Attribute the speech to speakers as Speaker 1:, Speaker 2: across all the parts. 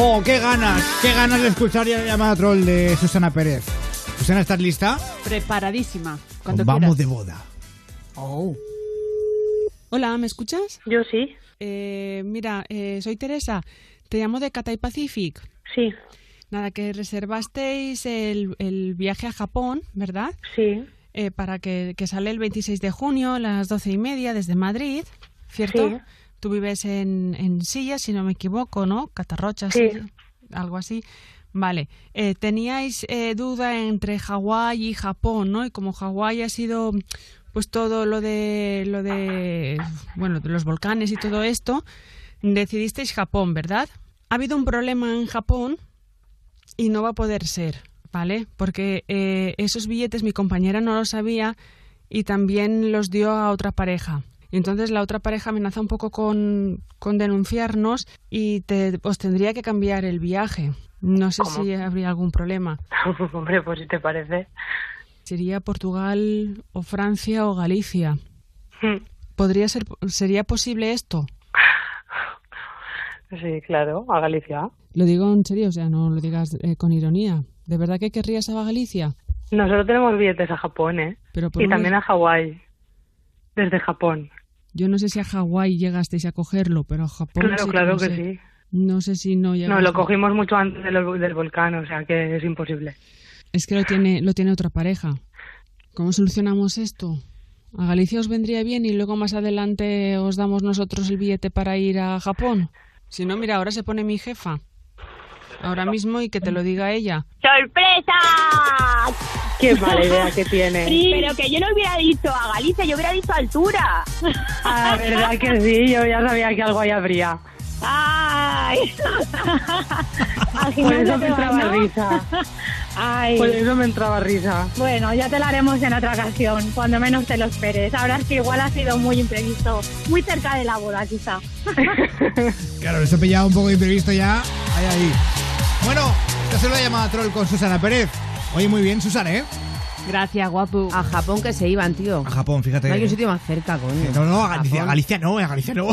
Speaker 1: Oh, qué ganas, qué ganas de escuchar ya la llamada troll de Susana Pérez. Susana, ¿estás lista?
Speaker 2: Preparadísima. Cuando
Speaker 1: Vamos
Speaker 2: quieras.
Speaker 1: de boda. Oh.
Speaker 2: Hola, ¿me escuchas?
Speaker 3: Yo sí,
Speaker 2: Eh, mira, eh, soy Teresa. Te llamo de Cathay Pacific.
Speaker 3: sí,
Speaker 2: Nada, que reservasteis el, el viaje a Japón, ¿verdad?
Speaker 3: sí,
Speaker 2: Eh, para que, que sale el 26 de junio a las doce y media desde Madrid, ¿cierto?
Speaker 3: Sí.
Speaker 2: Tú vives en, en Silla, si no me equivoco, ¿no? Catarrochas,
Speaker 3: Sí.
Speaker 2: Silla, algo así. Vale, Eh, teníais eh, duda entre Hawái y Japón, ¿no? Y como Hawái ha sido pues todo lo de lo de bueno, de los volcanes y todo esto, decidisteis Japón, ¿verdad? Ha habido un problema en Japón y no va a poder ser, ¿vale? Porque eh, esos billetes mi compañera no los sabía y también los dio a otra pareja. Y entonces la otra pareja amenaza un poco con, con denunciarnos y te, os tendría que cambiar el viaje. No sé
Speaker 3: ¿Cómo?
Speaker 2: si habría algún problema.
Speaker 3: hombre, pues si te parece.
Speaker 2: Sería Portugal o Francia o Galicia.
Speaker 3: Sí,
Speaker 2: ¿Podría ser, ¿Sería posible esto?
Speaker 3: claro, a Galicia.
Speaker 2: Lo digo en serio, o sea, no lo digas eh, con ironía. ¿De verdad que querrías a Galicia?
Speaker 3: Nosotros tenemos billetes a Japón, ¿eh?
Speaker 2: Pero por
Speaker 3: Y
Speaker 2: una-
Speaker 3: también a Hawái, desde Japón.
Speaker 2: Yo no sé si a Hawái llegasteis a cogerlo, pero a Japón
Speaker 3: Claro,
Speaker 2: sí que
Speaker 3: claro
Speaker 2: no
Speaker 3: que
Speaker 2: sé.
Speaker 3: sí.
Speaker 2: No sé si no
Speaker 3: No,
Speaker 2: llegasteis.
Speaker 3: lo cogimos mucho antes de lo- del volcán, o sea que es imposible.
Speaker 2: Es que lo tiene, lo tiene otra pareja. ¿Cómo solucionamos esto? A Galicia os vendría bien y luego más adelante os damos nosotros el billete para ir a Japón. Si no, mira, ahora se pone mi jefa. Ahora mismo y que te lo diga ella.
Speaker 4: ¡Sorpresa!
Speaker 3: Qué mala idea que tiene.
Speaker 4: Pero que yo no hubiera dicho a Galicia, yo hubiera dicho altura.
Speaker 3: La verdad que sí, yo ya sabía que algo ahí habría.
Speaker 4: ¡Ay!
Speaker 5: Al
Speaker 3: Por
Speaker 5: final
Speaker 3: eso
Speaker 5: no
Speaker 3: me
Speaker 5: te vas,
Speaker 3: entraba
Speaker 5: ¿no?
Speaker 3: risa. Pues-
Speaker 5: Ay.
Speaker 3: Por eso me entraba risa.
Speaker 5: Bueno, ya te lo haremos en otra ocasión, cuando menos te lo esperes. Ahora es que igual ha sido muy imprevisto, muy cerca de la boda quizá.
Speaker 1: Claro, les he pillado un poco de imprevisto ya. Ahí, ahí. Bueno, esta es la llamada troll con Susana Pérez. Oye, muy bien, Susana, ¿eh?
Speaker 6: Gracias, guapo. A Japón que se iban, tío.
Speaker 1: A Japón, fíjate.
Speaker 6: No hay un sitio más cerca, coño.
Speaker 1: No, no, a Galicia, a
Speaker 6: Japón.
Speaker 1: Galicia no, a Galicia no.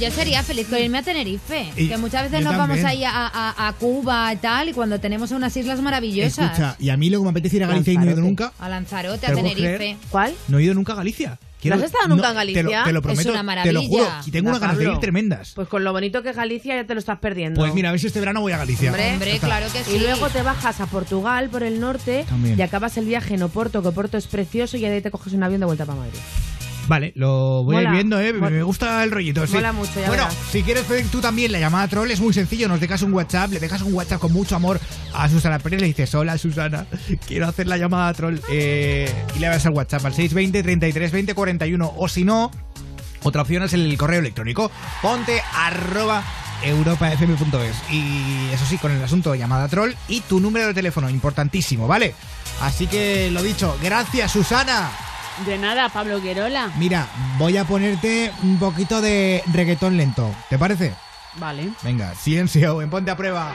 Speaker 7: Yo sería feliz con irme a Tenerife.
Speaker 1: Y-
Speaker 7: que muchas veces
Speaker 1: yo
Speaker 7: nos vamos
Speaker 1: también.
Speaker 7: ahí a, a- a Cuba y tal, y cuando tenemos unas islas maravillosas.
Speaker 1: Escucha, y a mí lo que me apetece ir a Galicia y no he ido
Speaker 6: Lanzarote.
Speaker 1: nunca.
Speaker 7: A Lanzarote, a
Speaker 1: ¿Te lo puedes
Speaker 7: Tenerife.
Speaker 1: creer?
Speaker 6: ¿Cuál?
Speaker 1: No he ido nunca a Galicia.
Speaker 6: ¿No has estado nunca en
Speaker 1: te lo-
Speaker 6: Galicia?
Speaker 1: Te lo,
Speaker 6: Es
Speaker 1: prometo.
Speaker 7: una
Speaker 1: Te lo juro.
Speaker 7: maravilla.
Speaker 1: Y tengo unas ganas de
Speaker 6: Pablo.
Speaker 1: ir tremendas. Pues,
Speaker 6: Pues con lo bonito que es Galicia ya te lo estás perdiendo.
Speaker 1: mira, a ver si este verano voy a Galicia.
Speaker 6: Hombre,
Speaker 1: Ya
Speaker 7: Hombre,
Speaker 1: está.
Speaker 7: claro que sí.
Speaker 6: Y luego te bajas a Portugal por el norte
Speaker 1: También.
Speaker 6: y acabas el viaje en Oporto, que Oporto es precioso y ahí te coges un avión de vuelta para Madrid.
Speaker 1: Vale, lo voy a ir
Speaker 6: Mola.
Speaker 1: viendo, ¿eh? Me-
Speaker 6: Mola.
Speaker 1: Me gusta el rollito, sí.
Speaker 6: Mola mucho, ya
Speaker 1: Bueno,
Speaker 6: verás.
Speaker 1: si quieres pedir tú también la llamada troll, es muy sencillo. Nos dejas un WhatsApp, le dejas un WhatsApp con mucho amor a Susana Pérez. Le dices, hola, Susana, quiero hacer la llamada troll. Eh, y le das al WhatsApp al 620 33 20 41. O si no, otra opción es el correo electrónico. Ponte arroba europafm.es. Y eso sí, con el asunto de llamada troll y tu número de teléfono, importantísimo, ¿vale? Así que lo dicho, gracias, Susana.
Speaker 2: De nada, Pablo Guerola.
Speaker 1: Mira, voy a ponerte un poquito de reggaetón lento. ¿Te parece?
Speaker 6: Vale.
Speaker 1: Venga, silencio, en ponte a prueba.